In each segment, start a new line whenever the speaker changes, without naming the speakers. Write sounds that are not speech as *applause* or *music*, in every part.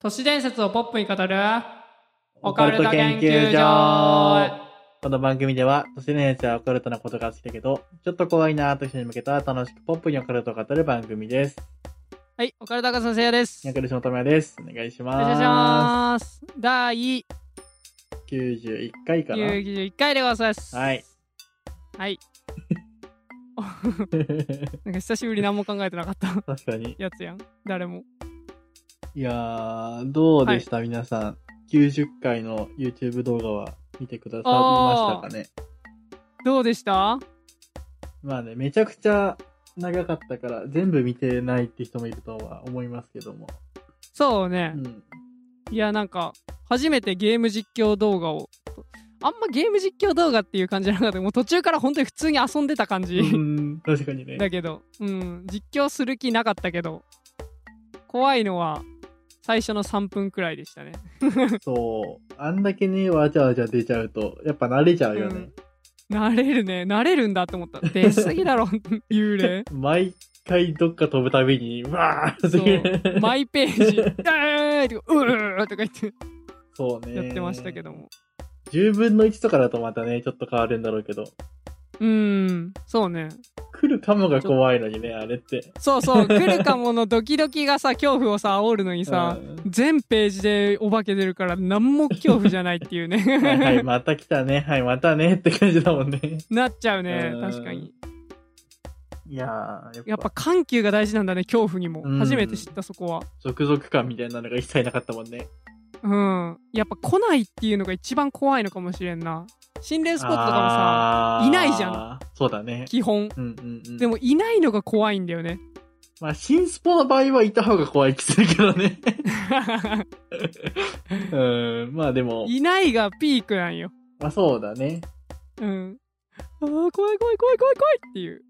都市伝説をポップに語るオ
オ
カ
カ
ル
ル
ト
ト
研
研
究
究
所
所この番組では、都市伝説やオカルトなことが好きだけど、ちょっと怖いなーという人に向けた楽しくポップにオカルトを語る番組です。
はい、オカルト博士のせいやです。
ニャクルシのためです。お願いし
お願いし
ま
ます。第
す。91回かな。
91回でございます。
はい。
はい。なんか久しぶり何も考えてなかった
*laughs* 確かに。
やつやん。誰も。
いやー、どうでした、皆さん。90回の YouTube 動画は見てくださいましたかね。
どうでした
まあね、めちゃくちゃ長かったから、全部見てないって人もいるとは思いますけども。
そうね
う。 *laughs* ん。
いや、なんか、初めてゲーム実況動画を。あんまゲーム実況動画っていう感じじゃなかった。もう途中から本当に普通に遊んでた感じ。
うん、確かにね。
だけど、うん、実況する気なかったけど、怖いのは最初の3分くらいでしたね。 *laughs*
そう。あんだけね、わちゃわちゃ出ちゃうと、やっぱ慣れちゃうよね。
慣れるね、慣れるんだって思った。出すぎだろ、 *laughs* 幽霊。
毎回どっか飛ぶたびに、わーっ
そう、
*laughs* て。
マイページ、えーとか、うーとか言って
そうね。
やってましたけども。
10分の1とかだとまたね、ちょっと変わるんだろうけど、
うん、そうね。
来るかもが怖いのにね、あれって。
そうそう、来るかものドキドキがさ、 *laughs* 恐怖をさ、煽るのにさ、
うん
全ページでお化け出るから何も恐怖じゃないっていう
*laughs* はいは
ね。
い、また来たね。はい、またね。って感じだもんね。
*laughs* なっちゃうね
う、ん
確かに。
いやー、
やっぱ緩急が大事なんだね恐怖にも、
うん
初めて知ったそこは
続々感みたいなのが一切なかったもんね。
うんやっぱ来ないっていうのが一番怖いのかもしれんな心霊スポットとかもさ
あー
いないじゃん。
そうだね。
基本
うんうんうん。
で、もいないのが怖いんだよ
*laughs*
ね
まあ、新スポの場合はいた方が怖い気するけどね。 *laughs* うん、まあでも、
いないがピークなんよ
まあそうだね。
うんあー怖い怖い怖い怖い怖いっていう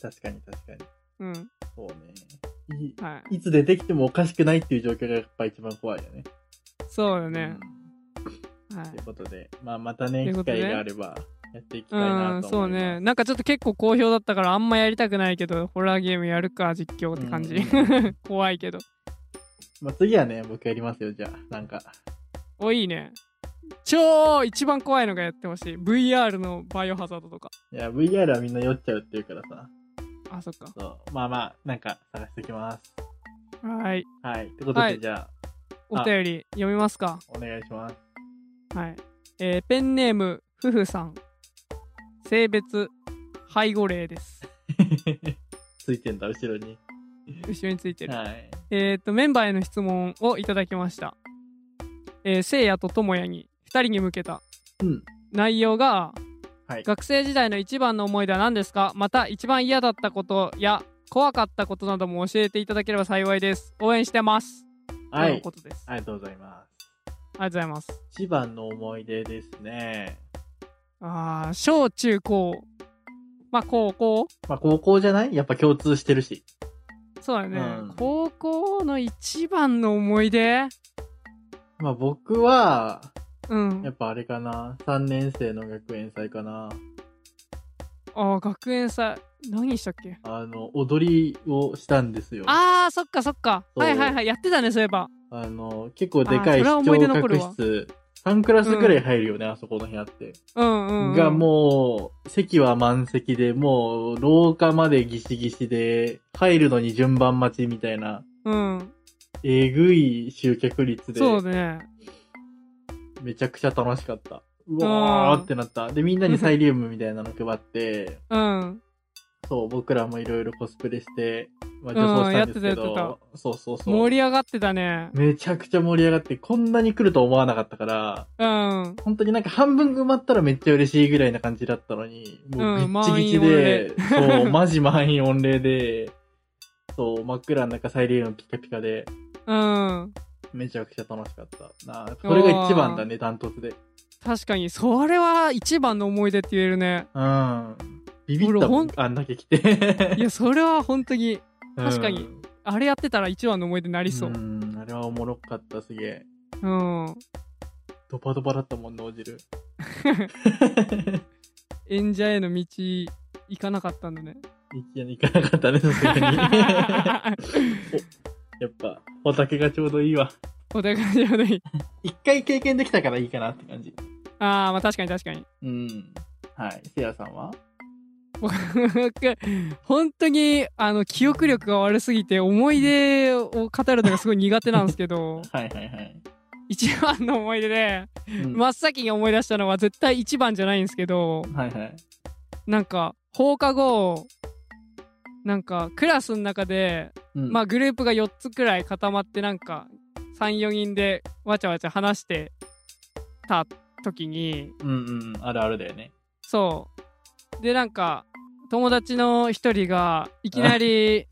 確かに確かに。
うん
そうね。い
はい
つ出てきてもおかしくないっていう状況がやっぱ一番怖いよね。
いそうだね
う、ん
は
と
い
いうことで、まあまたね、
というこ
機
とで
会があればやっていきたい
うん
なと
そ
思
う
います。
ねなんかちょっと結構好評だったからあんまやりたくないけどホラーゲームやるか実況って感じ、
う
*laughs* 怖いけど
まあ次はね、僕やりますよ、じゃあ。なんか。
お、いいね。超一番怖いのがやってほしい。VR のバイオハザードとか。
いや、VR はみんな酔っちゃうっていうからさ。
あ、そっか。
そう。まあまあ、なんか探してきます。
はい。
はい。ということで、
はい
じゃあ、
お便り読みますか。
お願いします。 *laughs*
はい。えーペンネーム、ふふさん。性別、背後霊です。
ついてんだ、後ろに。
後ろについてる。
はい。
えっと、メンバーへの質問をいただきました。えー、せいやとともやに、二人に向けた。
うん。
内容が、
はい。
学生時代の一番の思い出は何ですかまた一番嫌だったことや怖かったことなども教えていただければ幸いです応援してます
は
との
い
こ。とです、
ありがとうございます。
ありがとうございます
一番の思い出ですね。
あー小中高まあ高校
まあ、高校じゃないやっぱ共通してるし。
そうだね、
うん
高校の一番の思い出
まあ、僕は、
うん
やっぱあれかな。3年生の学園祭かな。
あー学園祭何したっけ
あの、踊りをしたんですよ。
あーそっかそっか
そう
はいはいはいやってたねそういえば
あの、結構でか
あそれ
い
は
視
思い出
聴
残る
覚
わ
室。3クラスくらい入るよね、あそこの部屋って。
うんうん、うん、
がもう、席は満席で、もう、廊下までギシギシで、入るのに順番待ちみたいな、
ううん
えぐい集客率で、
そうだね
めちゃくちゃ楽しかった。うわーってなった。で、みんなにサイリウムみたいなの配って、 *laughs*
うん
そう、僕らもいろいろコスプレして、まあ、女装したんですけ
うんやってたやっ
ど、そうそうそう
盛。り上がってたね
めちゃくちゃ盛り上がって、こんなに来ると思わなかったから、
うん
本当になんか半分埋まったらめっちゃ嬉しいぐらいな感じだったのに、もうぐっちぎちで、
うん満員御礼 *laughs*
そう、マジ満員御礼で、そう、真っ暗の中サイレンのピカピカで、
うん
めちゃくちゃ楽しかったな。それが一番だね、ダントツで。
確かにそれは一番の思い出って言えるね *laughs*
うん。ビビったもん
俺、
あんだけ来て。
いやそれは本当に *laughs* 確かに
うん
あれやってたら一番の思い出になりそう
うん、あれはおもろかった、すげえ。
うん、
ドパドパだったもん、脳汁。
演者への道行かなかったん *laughs* だね
一気に行
*laughs*
かなかったね、さすがに。やっぱ、お酒がちょうどいいわ。
お手紙ちょうどいい。
一回経験できたからいいかなって感じ。
ああ、まあ確かに確かに。
うん。はい。せいやさんは
僕、本当に、あの、記憶力が悪すぎて、思い出を語るのがすごい苦手なんですけど、
はいはいはい。
一番の思い出で、
うん
真っ先に思い出したのは絶対一番じゃないんですけど、
はいはい。
なんか、放課後、なんか、クラスの中で、
うん
まあ、グループが4つくらい固まって、なんか、3、4人でわちゃわちゃ話してた時に、
うんうんうん。あるあるだよね。
そう。で、なんか、友達の一人が、いきなり、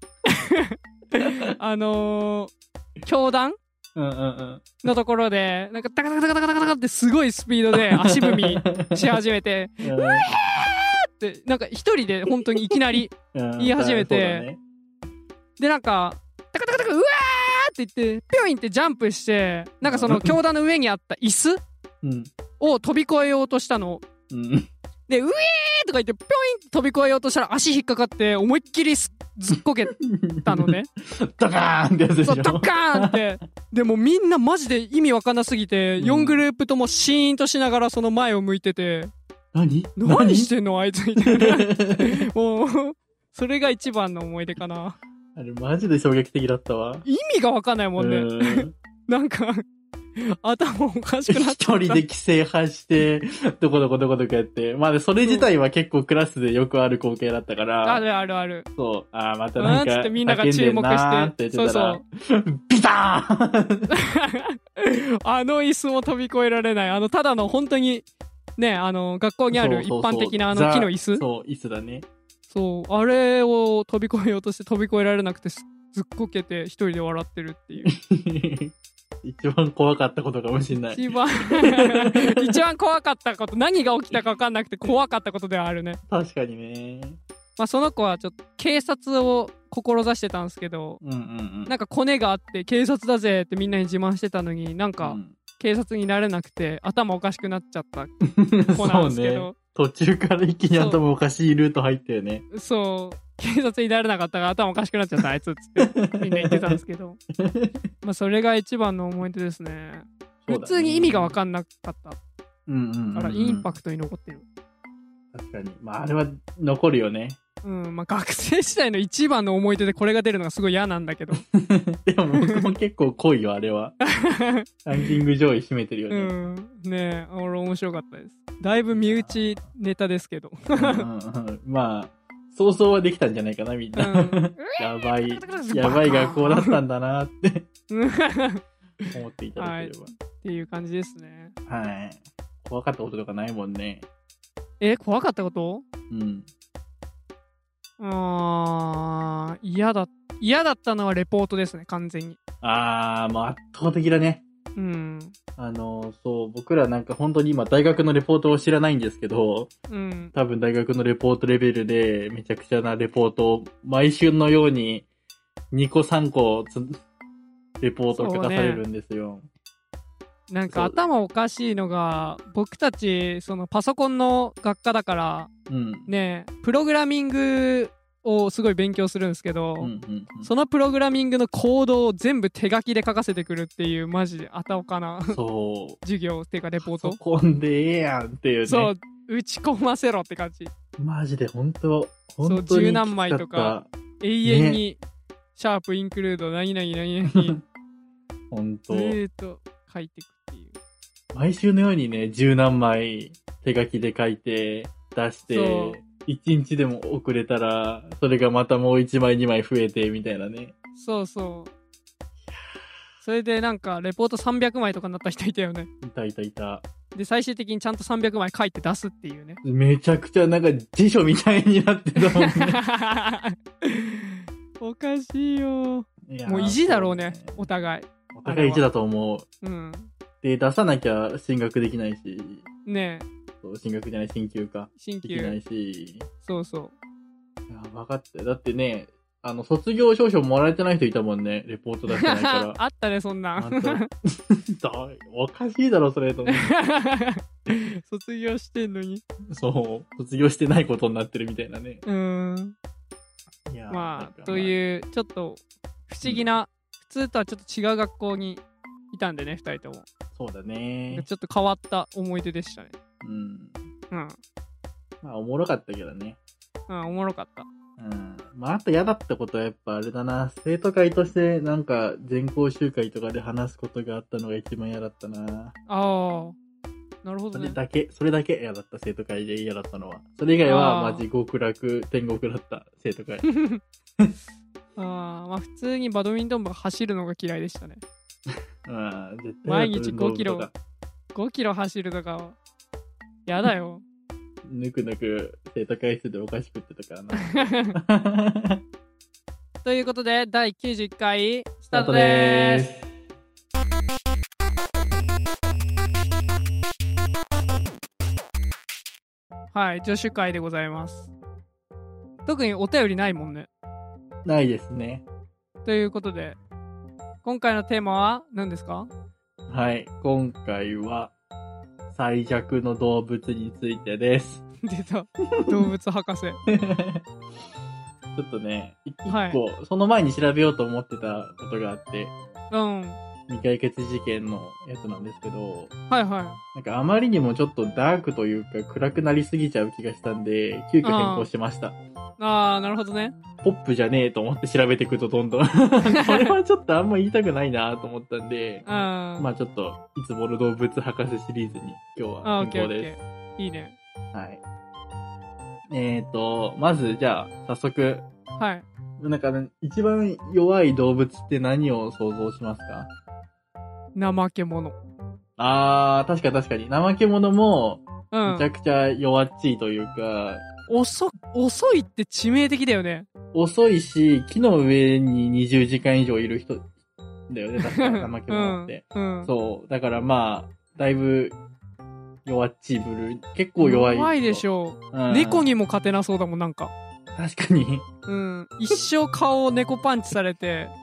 *laughs*
あのー教団
うんうんうん。
のところで、なんか、タカタカタカタカタカってすごいスピードで足踏みし始めて、
*laughs* うん
って、なんか一人で本当にいきなり、
うん
言い始めて
そうだね
で、なんか、タカタカタカ、うわーって言って、ピョインってジャンプして、なんかその教団の上にあった椅子
うん。
を飛び越えようとしたの。
うん。
で、うえーとか言って、ピョインって飛び越えようとしたら足引っかかって、思いっきりすずっこけたのね。
*laughs* ドカーンってやつでし
そ
ょ。
う、ドカーンって。でもみんなマジで意味わかんなすぎて、
うん
4グループともシーンとしながらその前を向いてて、
何 *laughs*
何してんのあいつみたいな。 *laughs*
何
もう、それが一番の思い出かな。
あれマジで衝撃的だったわ。
意味がわかんないもんね。
うん
なんか、頭おかしくな
一
っちゃ
人
った。
で規制発して、どこどこどこどこやって。まあね、それ自体は結構クラスでよくある光景だったか
あ
ら、
るあるある。
そう、ああ、また
な
なんん
つ
か、
ってみんなが
叫で
注目
なー
し
っ
てて。
言
そう
ってた
そ
ら
う、。
ビターン
あの椅子も飛び越えられない。あの、ただの本当に、ね、あの、学校にある一
そうそうそ
般
う
的なあの木の椅子。
そう、椅子だね。 *laughs*
そう、あれを飛び越えようとして飛び越えられなくてすずっこけて一人で笑ってるって
*laughs*
いう。
一番怖かったことかもしんない。
一番、一番怖かったこと、何が起きたか分かんなくて怖かったことではあるね。
確かにね。
まあその子はちょっと警察を志してたんですけど、
うんうんうん。
なんかコネがあって警察だぜってみんなに自慢してたのになん
う
か
ん
警察になれなくて頭おかしくなっちゃった子なんです
そう
け
ね。
ど、
途中から一気に頭おかしいルート入ったよね。
そう警察になれなかったから頭おかしくなっちゃったあいつっつってみんな言ってたんですけど
*laughs*
まあそれが一番の思い出ですね。普通に意味が分
か
かんなかったか
うんうんうんうん。
らインパクトに残ってる。
確かに。まあ、あれは残るよ
*laughs*
ね。
うん、まあ学生時代の一番の思い出でこれが出るのがすごい嫌なんだけど。
でも僕も結構濃いよ、あれ
*laughs*
は。ランキング上位占めてるよ
う
ね。
ん、ねえ、俺面白かったです。だいぶ身内ネタですけど。
うんうんうんまあ、想像はできたんじゃないかな、みん
う
な。
ん
や
*laughs*
ばい
バカ、
*laughs* やばい学校だったんだなって *laughs*
うん *laughs* っ
思っていただけれ
ていう感じですね。
ば。はい、怖かったこととかないもんね。
え、怖かったこと
うん。
あー、嫌だ。嫌だったのはレポートですね、完全に。
あー、もう圧倒的だね。
うん。
あの、そう、僕らなんか本当に今大学のレポートを知らないんですけど、
うん。
多分大学のレポートレベルでめちゃくちゃなレポートを毎週のように2個3個つレポートを書かされるんですよ。
なんか
そう
頭おかしいのが僕たちそのパソコンの学科だから
うん。
ねプログラミングをすごい勉強するんですけど、
うんうんうん
そのプログラミングのコードを全部手書きで書かせてくるっていうマジであたおかな *laughs*
そう。
授業っていうかレポー
そ
ト
こんでええやんっていうね。
そう打ち込ませろって感じ
マジで本当
う
本当に
十何枚とか永遠に、シャープインクルード何々何
きつか
々
*laughs* った。本
ず
当。
ーっと書いていくっていう
毎週のようにね、十何枚手書きで書いて、出し
そ
て
う、
一日でも遅れたら、それがまたもう一枚二枚増えて、みたいなね。
そうそうそれでなんかレポート300枚とかになった人いたよね
いたいたいた。
で最終的にちゃんと300枚書いて出すっていう
*laughs*
ね
めちゃくちゃなんか辞書みたいになってたもん *laughs* ね
おかしいよ
いやー。
もう意地だろうね
そ
お互い
お互い意地だと思う。
うん
で、出さなきゃ進学できないし、
ねえ
そう進学じゃない、進級か。
新
できな
旧
いし。
そうそ
やばかったよ。だってね、あの、卒業証書もらえてない人いたもんね。レポート
う
出してないから。
*laughs* あったねそんな
あん
ん
たどうおかしいだろ、それと思って。
*laughs* 卒業してんのに
そう、卒業してないことになってるみたいなね。
うん
いや
ま
ーなん
あ
か
というちょっと不思議な、普通とはちょっと違う学校にいたんでね、2人とも。
そうだね。
ちょっと変わった思い出でしたね。
うん。
うん。
まあ、おもろかったけどね。
うん、おもろかった。
うん。まあ、あと嫌だったことはやっぱあれだな。生徒会としてなんか全校集会とかで話すことがあったのが一番嫌だったな。
ああ、なるほ
そ
ど
れ
ね。
だけ、それだけ嫌だった、生徒会で嫌だったのは。それ以外は
あー
マジ極楽、天国だった、生
*laughs*
徒会。
ああ、まあ普通にバドミントン部が走るのが嫌いでしたね。
うん、絶対
毎日
運動部
5キロ
とか
5キロ走るとかは、やだ
*laughs*
よ。
ぬくぬく生徒会室でお菓子食ってた
*laughs*
からな。
ということで、第91回、ス
ス
タートでーす。
す。
はい、助手会でございます。特にお便りないもんね。
ないですね。
ということで、今回のテーマは何ですか
はい、今回は、最弱の動物についてです。
出
*laughs*
た。動物博士。
ちょっとね、い一個、
はい
その前に調べようと思ってたことがあって、
うん。はい
未解決事件のやつなんですけど、
は
なんかあまりにもちょっとダークというか暗くなりすぎちゃう気がしたんで、急遽変更しました。
い。あー、なるほどね。
ポップじゃねえと思って調べていくとど
*laughs*
ん *laughs* どん。これはちょっとあんま言いたくないなと思ったんで、
うん。ま
まあちょっと、いつもの動物博士シリーズに今日
あ、
は
オッケー
変
オ
更
ッ
で
ケー。いいね。
す。はい。えーと、まずじゃあ早速、
はい。
なんか、ね、一番弱い動物って何を想像しますか
怠け者。
あー、確か確かに。怠け者も、
う
めち
ん。
ゃくちゃ弱っちいというか、
遅、遅いって致命的だよね。
遅いし、木の上に20時間以上いる人だよね、確
*laughs*
か怠け者って。
うん。うん。
そう。だからまあ、だいぶ、弱っちい部類。結構弱い。
弱いでし
ょ。
ょ
うん
う。猫。にも勝てなそうだもん、なんか。
確かに。
うん。一生顔を猫パンチされて。ボコ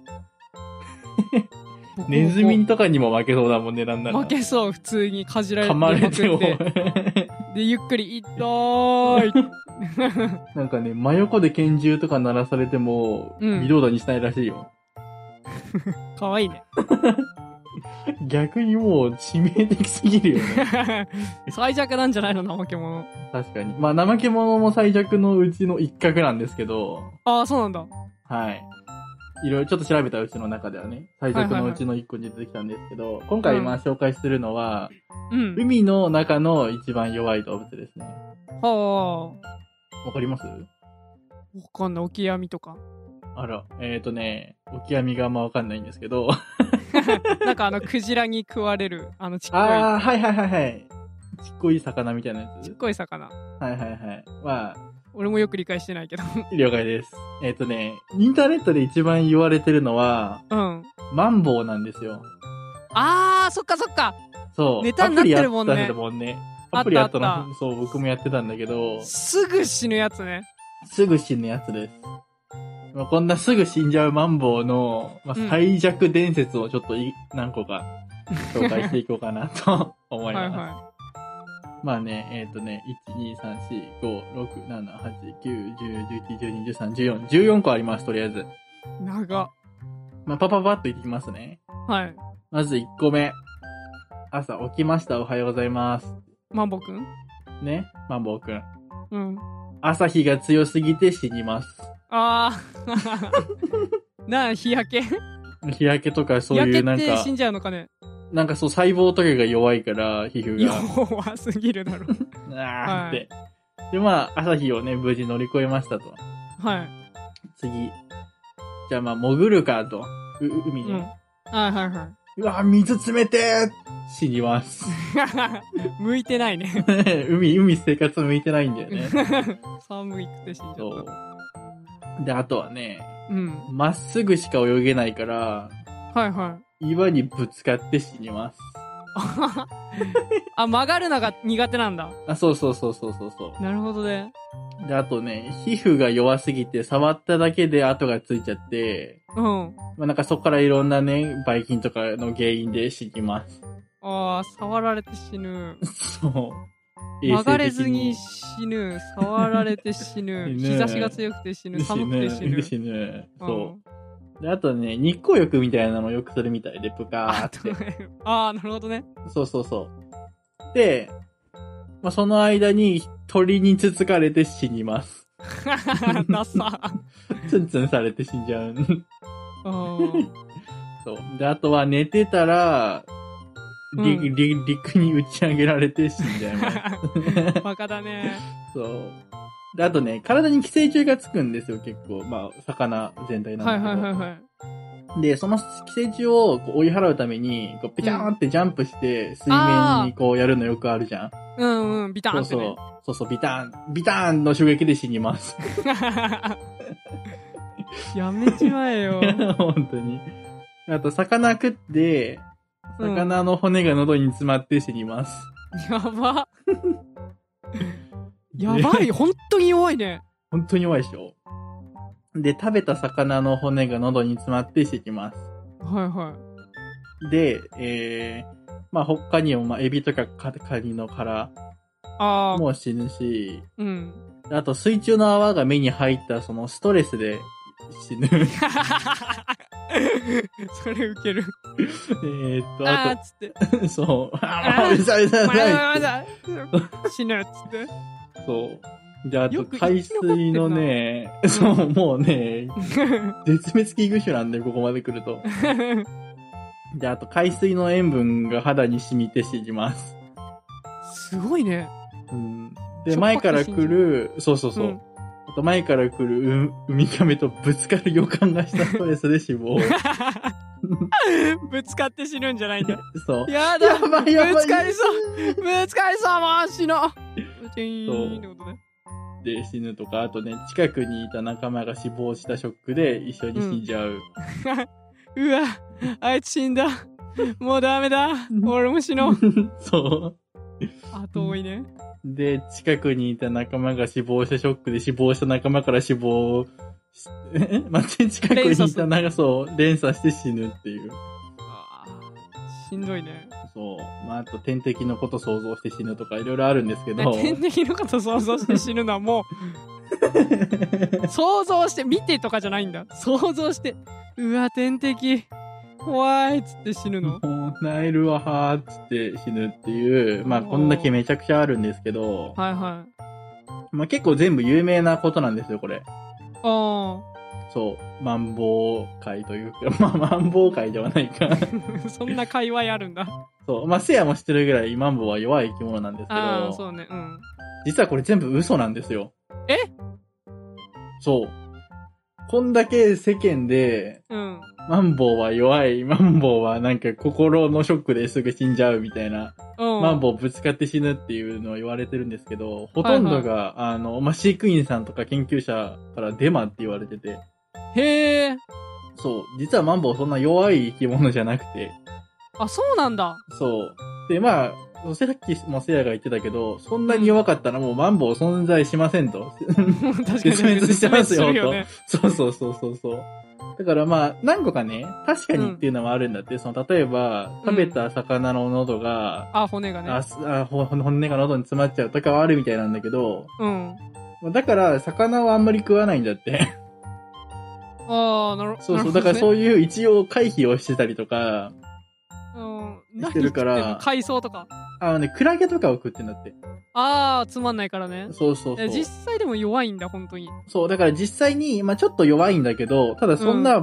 ボコ
*laughs* ネズミとかにも負けそうだもんね、なんなら。
負けそう、普通にかじられ
噛
て
まれて
ま
も
くっ。で、ゆっくり、痛い。
なんかね、真横で拳銃とか鳴らされても、
うん
微動だにしないらしいよ。
かわいいね。 *laughs*
逆にもう致命的すぎる
*laughs*
よね。
最弱なんじゃないの、怠け者。
確かに。まあ、怠け者も最弱のうちの一角なんですけど、
ああ、そうなんだ。
はい。いろいろちょっと調べたうちの中ではね、最弱のうちの一個に出てきたんですけど、今回まあ紹介するのは、
うん。
海の中の一番弱い動物ですね。
はあ。
わかります
わかんない、オキアミとか。
あら、えっ、ー、とね、オキアミがあんまわかんないんですけど、
*laughs* なんかあの、クジラに食われる、あの、ちっこい、
あー、はいはいはいはい。ちっこい魚みたいなや
ちっ
つ
こい魚。
はいはいはい。は、
俺もよく理解してないけど。 *laughs*
了解です。えっ、とね、インターネットで一番言われてるのは、
うん。
マンボウなんですよ。
ああ、そっかそっか。
そう。
ネタになってるもんね
アプリやったもんね。
あった
アプリあった
あっ
の、そう、僕もやってたんだけど、
すぐ死ぬやつね。
すぐ死ぬやつです。まあ、こんなすぐ死んじゃうマンボウの、まあ
うん、
最弱伝説をちょっとい、何個か紹介していこうかな
*laughs*
と思
はい
います。
は
まあね、えっ、とね、1、2、3、4、5、6、7、8、9、10、11、12、13、14、14個あります、とりあえず。
い。長。
まあ、パパパッといってきますね。
はい。
まず1個目。朝起きました、おはようございます。
マンボくん
ね、マンボウくん。
うん。
朝日が強すぎて死にます。
ああ。 *laughs* なあ、日焼け
日焼けとかそう
焼
い
け
うな
っ
ん
て
か
死、んじゃうのかね
なんかそう細胞とかが弱いから、皮膚が。
弱すぎるだ *laughs* ろ。
あーって。で、まあ、朝日をね、無事乗り越えましたと。
はい。
次。じゃあまあ、潜るかと。う海
うん。
ね。
はいはいは
うわ、水冷てー死にます。 *laughs*
い。 *laughs* 向いてないね。
海、海生活向いてないんだよね。
*laughs* 寒いくて死んじゃ
そ
っ
う。で、あとはね、
た。うん。
まっすぐしか泳げないから、
はいはい。
岩にぶつかって死にます。
あ、曲がるのが苦手なんだ。
あ、そうそうそうそうそうそ
なるほどね。
う。で、あとね、皮膚が弱すぎて、触っただけで跡がついちゃって、
うん。
まあ、なんかそこからいろんなね、ばい菌とかの原因で死にます。 *laughs*
ああ、触られて死ぬ。
そう。
曲がれずに死ぬ。触られて死ぬ。
*laughs* ねえ
日差しが強くて死ぬ。寒くて死
ぬ。
ぬ。
*laughs* 死ぬ。そうであとね、日光浴みたいなのもよくするみたいで、プカー
あ
っ
と
て。
ね *laughs* あー、なるほどね。 *laughs*
そうそうそう。で、まあ、その間に鳥につつかれて死にます。
ダ
*laughs*
サ。
ツンツンされて死んじゃう。 *laughs*
うん *laughs*
そう。で、あとは寝てたら、り
うん
り陸に打ち上げられて死んじゃ
*laughs*
います。
バカだね。
そう。で、あとね、体に寄生虫がつくんですよ、結構。まあ、魚全体なんだ
はい
けど。
はいはいはい。
で、その寄生虫をこう追い払うために、こう、ペチャーンってジャンプして、水面にこうやるのよくあるじゃん。
うんうん、ビター
そ
ン
う
って
そ
ね
う。。そうそう、ビターン、ビターンの衝撃で死
*laughs*
にます。
やめちまえ
*laughs*
よ。
本当に。あと、魚食って、
うん
魚の骨が喉に詰まって死にます。
やば。やばい。本当に弱いね。
本当に弱いでしょ。で、食べた魚の骨が喉に詰まって死にます。
はいはい。
で、えー、まあ他にも、まあ、エビとかカカニの殻
ああ、
も死ぬし、
うん。 *laughs*
あと水中の泡が目に入ったそのストレスで死ぬ。 *laughs* え
それウケる。
ーっと、
あー
あ
っつって。
と、 *laughs* そう、あ
あ
ー、うざいうざいう
わざ
ざい。
わざ *laughs* 死ぬっつって。
そう。で、あと
よく
海水のね、 *laughs* そう、もうね、絶滅危惧種なんで、ここまで来ると。で、あと海水の塩分が肌に染みて死にます。
すごいね。
うん。
し
で、
ょっぱ
前
く
から来る、そうそうそう。
うん
あと前から来るうウミガメとぶつかる予感がしたストレスで死 *laughs* 亡。
ぶつかって死ぬんじゃないんだ。
そ
*laughs*
う。
やだ
やばいやばい。
ぶつかり *laughs* そうぶつかりそうもう死のうちーんってことね。
で死ぬとか、あとね、近くにいた仲間が死亡したショックで一緒に死んじゃう。
うわ、あいつ死んだ。もうダメだ。俺も死のう。
そう。
あ、遠いね。
で、近くにいた仲間が死亡したショックで死亡した仲間から死亡し、え待って、近くにい
連鎖す
た
る
仲間、そう、連鎖して死ぬっていう。
あーしんどいね。
そう。まあ、あと天敵のこと想像して死ぬとかいろいろあるんですけど。
ね天敵のこと想像して死ぬのはもう想像して見てとかじゃないんだ想像してうわ天敵怖いっつって死ぬの
*laughs* もう、ナイルははーっつって死ぬっていう、まあ
おー
こんだけめちゃくちゃあるんですけど、
はいはい
まあ結構全部有名なことなんですよ、これ。
あ
そう。マンボウ会というか、 *laughs* まあマンボウ会ではないか。 *laughs*
あそんな界隈あるんだ
そう。まあせやも知ってるぐらいマンボウは弱い生き物なんですけ
ああ
ど、
そうねうん
実はこれ全部嘘なんですよ。
え
そう。こんだけ世間で、
うん
マンボウは弱い、マンボウはなんか心のショックですぐ死んじゃうみたいな
うん
*laughs* マンボウぶつかって死ぬっていうのは言われてるんですけど、ほとんどが、あの、まあ、飼育員さんとか研究者からデマって言われてて、
へえ
そう、実はマンボウそんな弱い生き物じゃなくて、
あそうなんだ
そう。で、まあ、さっきもせやが言ってたけど、そんなに弱かったらもうマンボウ存在しませんと。 *laughs*
もう確かに
絶 *laughs* 滅してますよ
絶滅するよね
そうそうそうそうそう。だからまあ、何個かね、確かにっていうのはあるんだって、その、例えば、食べた魚の喉が、
あ骨が
あ
ね
すあほ骨が喉に詰まっちゃうとかはあるみたいなんだけど、
うん
まあだから、魚はあんまり食わないん
*laughs*
だって。
ああなる
そう
な
そ
るほどね
う。だからそういう一応回避をしてたりとか、
うん
してるから
何食ってんの海藻とか
あのね、クラゲとかを食ってんだって。
ああつまんないからね
そうそうそ
え
う。
実際でも弱いんだ本当に
そう、だから実際に、まあちょっと弱いんだけど、ただそんな、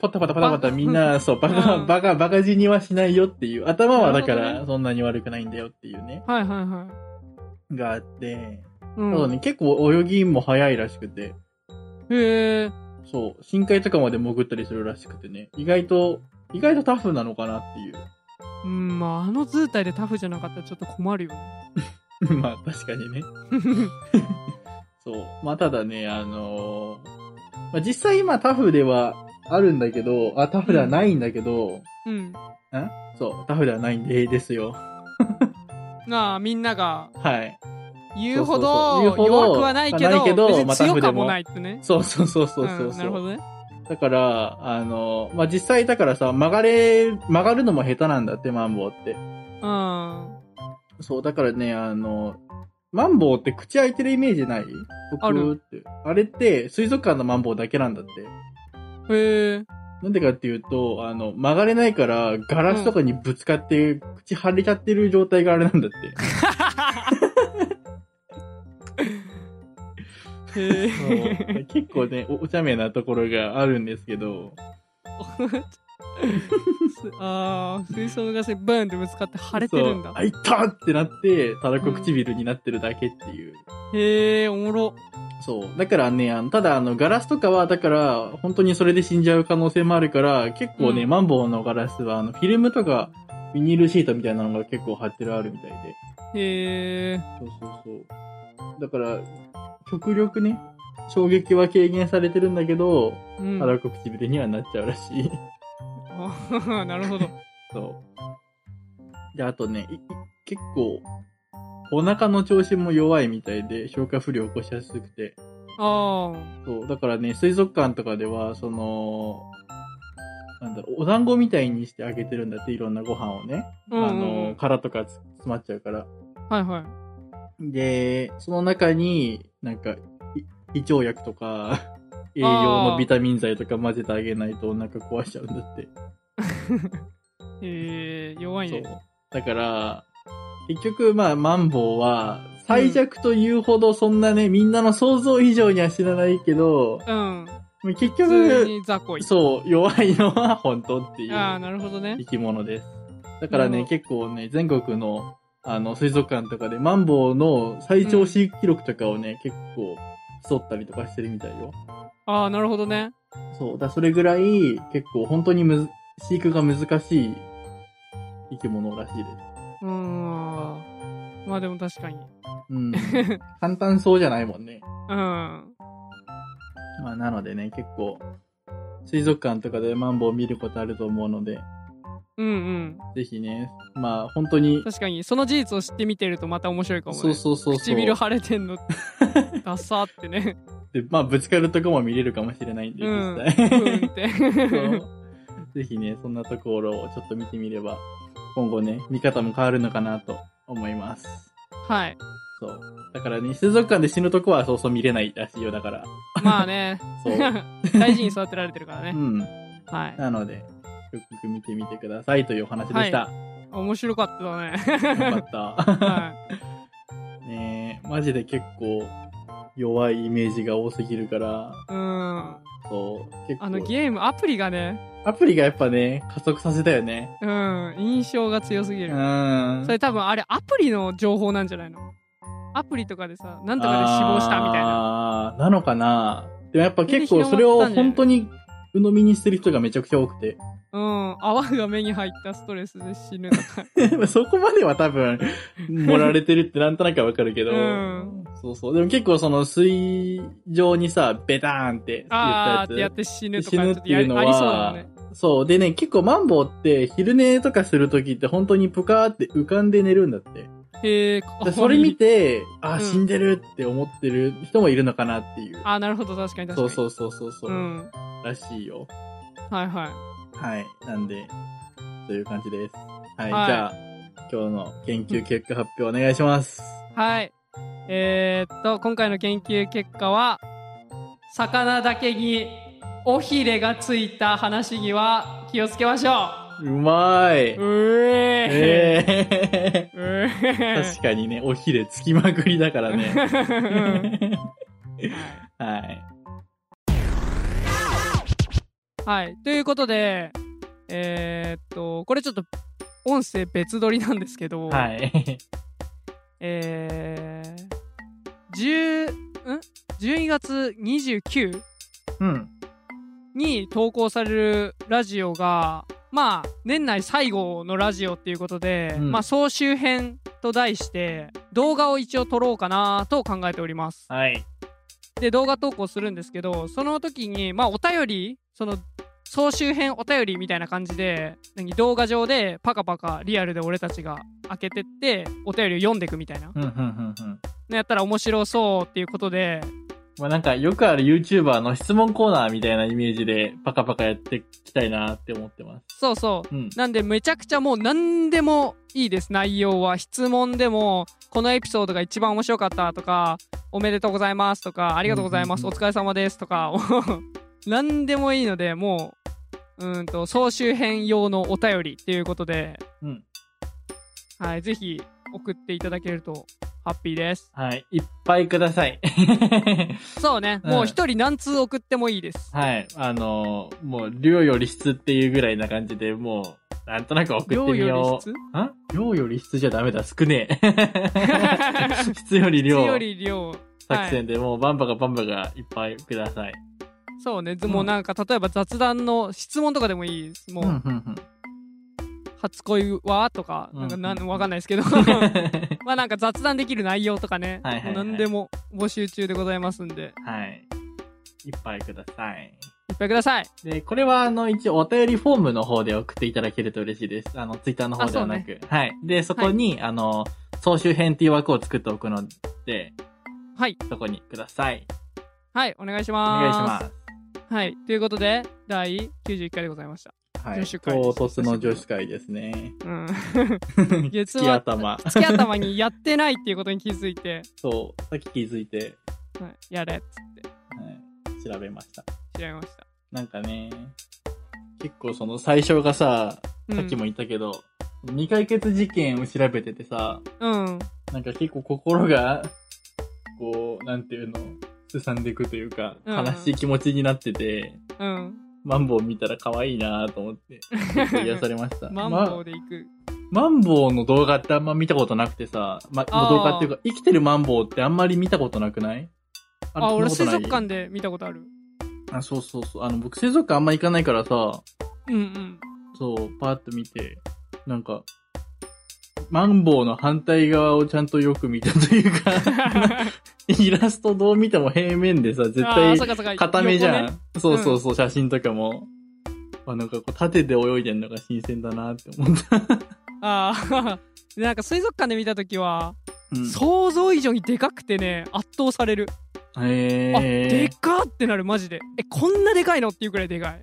パタパタパタパタみ
*laughs*
んな、そう、バカ、
うん
バカ、バカ死にはしないよっていう、頭はだ
なるほ
か
ど
ら
ね
そんなに悪くないんだよっていうね、
はいはいはい
があって、
う
あ
ん
とね、結構泳ぎも早いらしくて、
へえ。
そう、深海とかまで潜ったりするらしくてね、意外と、意外とタフなのかなっていう。 *laughs*
うん、まあ、あの図体でタフじゃなかったらちょっと困るよね。 *laughs*
まあ確かにね。そう。まあただね、あのーまあ、実際今タフではあるんだけど、あ、タフではないんだけど、
うん。
んそう、タフではないんでですよ。
なあ、みんなが
はい。
言うほ
そうそうそう
ど
言うほど
弱くはないけ
ない
ど、
けど
別
まあ
に強かもないってね。
そうそうそうそうそう
うん
そ
な
う、
るほどね。
だから、あのーまあ実際だからさ、曲がれ、曲がるのも下手なんだって、マンボウって。
うん。
そう、だからね、あのーマンボウって口開いてるイメージない
ある
僕って。あれって、水族館のマンボウだけなんだって。
へえ。
なんでかっていうと、あの、曲がれないから、ガラスとかにぶつかって、口腫れちゃってる状態があれなんだって。
へ
そ
え。
う *laughs* 結構ねお、お茶目なところがあるんですけど、
*laughs* ああ、水槽のガスにバーンってぶつかって腫れてるん
そ
だ。
うあ、いたってなって、たらこ唇になってるだけっていう。
へえ、おもろ。
そう。だからね、あのただ、あの、ガラスとかは、だから、本当にそれで死んじゃう可能性もあるから、結構ね、
うん
マンボウのガラスは、あの、フィルムとか、ビニールシートみたいなのが結構貼ってるあるみたいで。
へえ。
そうそうそう。だから、極力ね、衝撃は軽減されてるんだけど、
うん。
たらこ唇にはなっちゃうらしい。 *laughs*
あなるほど。
そう。で、あとね、いい結構、お腹の調子も弱いみたいで、消化不良を起こしやすくて。
ああ。
そう、だからね、水族館とかでは、その、なんだろう、お団子みたいにしてあげてるんだって、いろんなご飯をね。
うんうん
あ
うん
の、殻とかつ詰まっちゃうから。
はいはい。
で、その中に、なんか、い胃腸薬とか、栄養のビタミン剤とか混ぜてあげないとお腹壊しちゃうんだって。
へえ、弱い
そう
ね。。
だから、結局、まあ、マンボウは、最弱というほどそんなね、みんなの想像以上には死なないけど、
うん。
結
普通
局、
に雑魚い。
そう、弱いのは本当っていう
ああ、なるほどね
生。き物です。だから
なる
ね、
ほど
結構ね、全国の、あの、水族館とかで、マンボウの最長飼育記録とかをね、結構、競ったりとかしてるみたいよ。
ああ、なるほどね。
そう、だそれぐらい、結構、本当にむず、飼育が難しい生き物らしいです。
うーん。まあでも確かに。
うん。 *laughs* 簡単そうじゃないもんね。
うん。
まあ、なのでね、結構、水族館とかでマンボウ見ることあると思うので、
うんうん。
ぜひね、まあ、本当に、
確かに、その事実を知ってみてるとまた面白いかもね。
そうそうそうそう。
唇腫れて
*laughs*
んのダサってね。
で、まあ、ぶつかるとこも見れるかもしれないんで、
うん。
実際。
うんって。
そう *laughs* ぜひね、そんなところをちょっと見てみれば、今後ね、見方も変わるのかなと思います。
はい。
そう。だからね、水族館で死ぬとこはそうそう見れないらしいよ、だから。
まあね。
そう。
*laughs* 大事に育てられてるから
う
ね。
ん。
はい。
なので、よく見てみてくださいというお話でした。
面白かった
よ
ね。
かった。 *laughs*
は
ねえ、マジで結構弱いイメージが多すぎるから、
い。うん。
そう、結構。
あのゲーム、アプリがね、
アプリがやっぱね、加速させたよね。
うん、印象が強すぎ
う
る。
ん
そ。れ多分あれ、アプリの情報なんじゃないのアプリとかでさ、なんとかで死亡したみたいな。
な。なのかな。でもやっぱ結構それを本当に鵜呑みにしてる人がめちゃくちゃ多
*laughs*
くて。
うん、泡が目に入ったストレスで死ぬとか。
そこまでは多分、盛られてるってなんとなくはわかるけど。
うん
そうそう。でも結構その水上にさ、ベターンって言った
あ
や
ー
つ
ってやって死ぬとか、ちょっと
死ぬっていうのは
やりありそうだもんね。
そう。でね、結構マンボウって昼寝とかするときって本当にぷかーって浮かんで寝るんだって。
へえ、かわい
で
い
それ見て、あ
うん
ー、死んでるって思ってる人もいるのかなっていう。
あー、なるほど、確かに確か
そ
に。
うそうそうそうそう、
うん。
らしいよ。
はいはい。
はい。なんで、そういう感じです。はい。
はい
じゃあ、今日の研究結果発表お願いします。
はい。えー、っと、今回の研究結果は、魚だけに尾ひれがついた話には気をつけましょ
うま
う。。
いう
え
ええ
ー、う
ー。
え
確かにね、おひれつきまくりだからね。
ー。
はい。
はい。ということで、えー、っと、これちょっと音声別撮りなんですけど、
はい。
えー、10、ん ?12 月 29?
うん。
に投稿されるラジオがまあ年内最後のラジオっていうことで、
うん
まあ総集編と題して動画を一応撮ろうかなと考えております。
はい。
で動画投稿するんですけどその時にまあお便りその総集編お便りみたいな感じで何動画上でパカパカリアルで俺たちが開けてってお便りを読んでいくみたいな
うん、うん、うん、うん。
のやったら面白そうっていうことで
まあなんかよくある YouTuber の質問コーナーみたいなイメージでパカパカやっていきたいなって思ってます。
そうそう
うん。
なんでめちゃくちゃもう何でもいいです内容は質問でもこのエピソードが一番面白かったとかおめでとうございますとかありがとうございます、 *laughs*
うんうん
お疲れ様ですとか何でもいいので、もう、うーんと、総集編用のお便りっていうことで、
うん。
はい、ぜひ送っていただけるとハッピーです。
はい。いっぱいください。
そうね、
うん
もう一人何通送ってもいいです。
はい。あのーもう、量より質っていうぐらいな感じで、もう、なんとなく送ってみよう。
量よ
ん量より質じゃダメだ。少ね
*laughs*
え。質より
質
量
より量。
作戦で、もう、バンバがバンバがいっぱいください。
そうね、
ん
もうなんか例えば雑談の質問とかでもいいです。もう、
うんうんうん
初恋はとか、
うん
なんかなんわかんないですけど。 *laughs* まあなんか雑談できる内容とかね、
はいはいはい
もう何でも募集中でございますんで、
*laughs* はい。いっぱいください。
いっぱいください。
で、これは、あの、一応、お便りフォームの方で送っていただけると嬉しいです。あの、ツイッターの方ではなく。はい。で、そこに、あの、総集編っていう枠を作っておくので、
はい、
そこにください。
はい、お願いし
お
ます。
願いします。
す。はい、ということで、第91回でございました。
は
女子会です
唐突の女子会ですね。 *laughs*
うん。 *laughs* 月
月
は
頭。
月頭にやってないっていうことに気づいて、
そう、さっき気づいて、
はい、やれっつって
はい調べました。
調べました。
なんかね、結構その最初がさ、
うん、
さっきも言ったけど、未解決事件を調べててさ、
うん。
なんか結構心が、こう、なんていうの、すさんでいくというか、
うんうん
悲しい気持ちになってて、
うん。
マンボウ見たら可愛いなと
*laughs*
思って、結構癒されました。
マン
ま
ボウで行く。
マンボウの動画ってあんま見たことなくてさ、ま、
あー
動画っていうか、生きてるマンボウってあんまり見たことなくない
あ、俺水族。
れ
館で見たことある。
あ、そうそうそう。あの、僕水族館あんま行かないからさ、
うんうん。
そう、パーッと見て、なんか、マンボウの反対側をちゃんとよく見たというか、
*laughs*
イラストどう見ても平面でさ、 *laughs* 絶
あー
対
そっかそっか
固めじゃん。
横ね
そうそうそう、写真とかも。あなんかこう縦で泳いでるのが新鮮だなって思った。
ああ。で *laughs* なんか水族館で見たときは、
うん、
想像以上にでかくてね、圧倒される。
へ
あ
え
でかってなるマジでえこんなでかいのっていうくらいでかい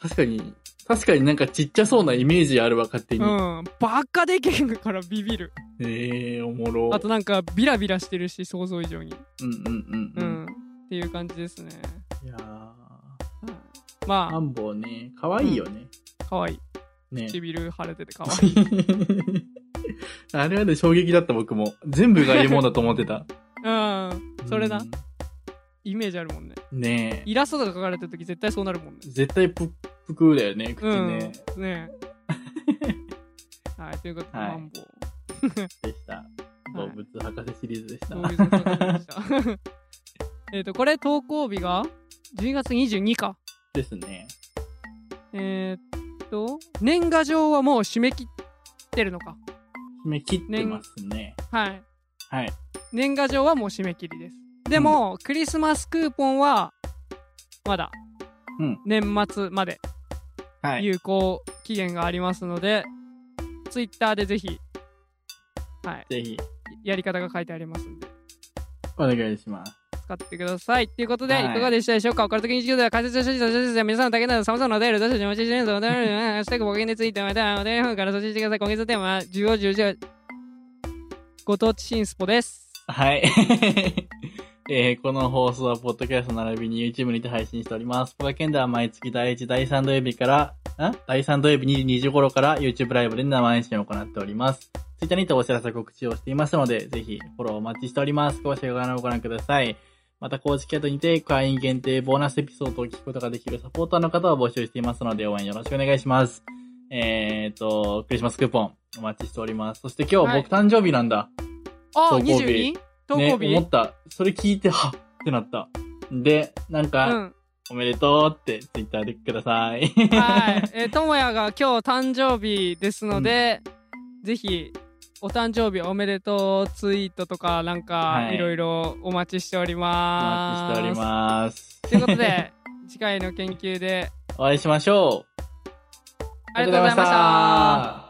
確かに、確かになんかちっちゃそうなイメージあるわ、勝手
*laughs* うん
に。
バカでけんからビビる
へえおもろ。
あとなんかビラビラしてるし想像以上に
うんうんう
うん、
うんん。
っていう感じですね
いやーマ
ま
ンボウね、可愛いよね。
あかわいい
ね。
唇腫れててかわいい
*laughs* あれはね、衝撃だった僕も。全部がいいもんだと思ってた。
うん *laughs* それな
うん。
イメージあるもんね
ねえ。
イラストとか描かれてる時絶対そうなるもんね
絶対ぷっぷくだよね、口
うん
ね。
ね
*laughs*
はいということで、
はい
マンボウ
でした。動物博士シリーズでした。
動物の作品でした *laughs* えっとこれ投稿日が12月22か
ですね。
えーっと、年賀状はもう締め切ってるのか。
締め切ってますね。
はい。
はい。
年賀状はもう締め切りです。でも、クリスマスクーポンは、まだ、
うん
年末まで
はい。
有効期限がありますので、ツイッターでぜひ、はい、
ぜひ、
やり方が書いてありますんで、
お願いします。
使ってください。ということで、
はい
い、かがでしたでしょうかオカルト研究所では解説者者者者者皆さんだけなど様々なお便りをどしどしお待ちしています。お便りのハッシュタグ冒険についてまたお便りの方から送信してください。今月のテーマは需要重要ご当地新スポです。
はい。 *laughs* えーこの放送は、ポッドキャスト並びに YouTube にて配信しております。ポカケンでは毎月第1、第3土曜日から、ん第3土曜日22時頃から YouTube ライブで生配信を行っております。Twitter にてお知らせ告知をしていますので、ぜひフォローお待ちしております。詳しいご覧をご覧ください。また公式アドにて会員限定ボーナスエピソードを聞くことができるサポーターの方を募集していますので、応援よろしくお願いします。えっ、と、クリスマスクーポンお待ちしております。そして今日
はい
僕誕生日なんだ。
あ、
投稿日
22? 投稿日、
ね、思った。それ聞いて、 *laughs* はっってなった。で、なんか、
うん。
おめでとうってツイッターでください。
はい。えー、ともやが今日誕生日ですので、ぜひ、お誕生日おめでとうツイートとかなんか
はい
いろいろお待ちしており
お
ます。
待ちしております。
ということで、次回の研究で
お会いしましょう。
ありがとうございました。
た。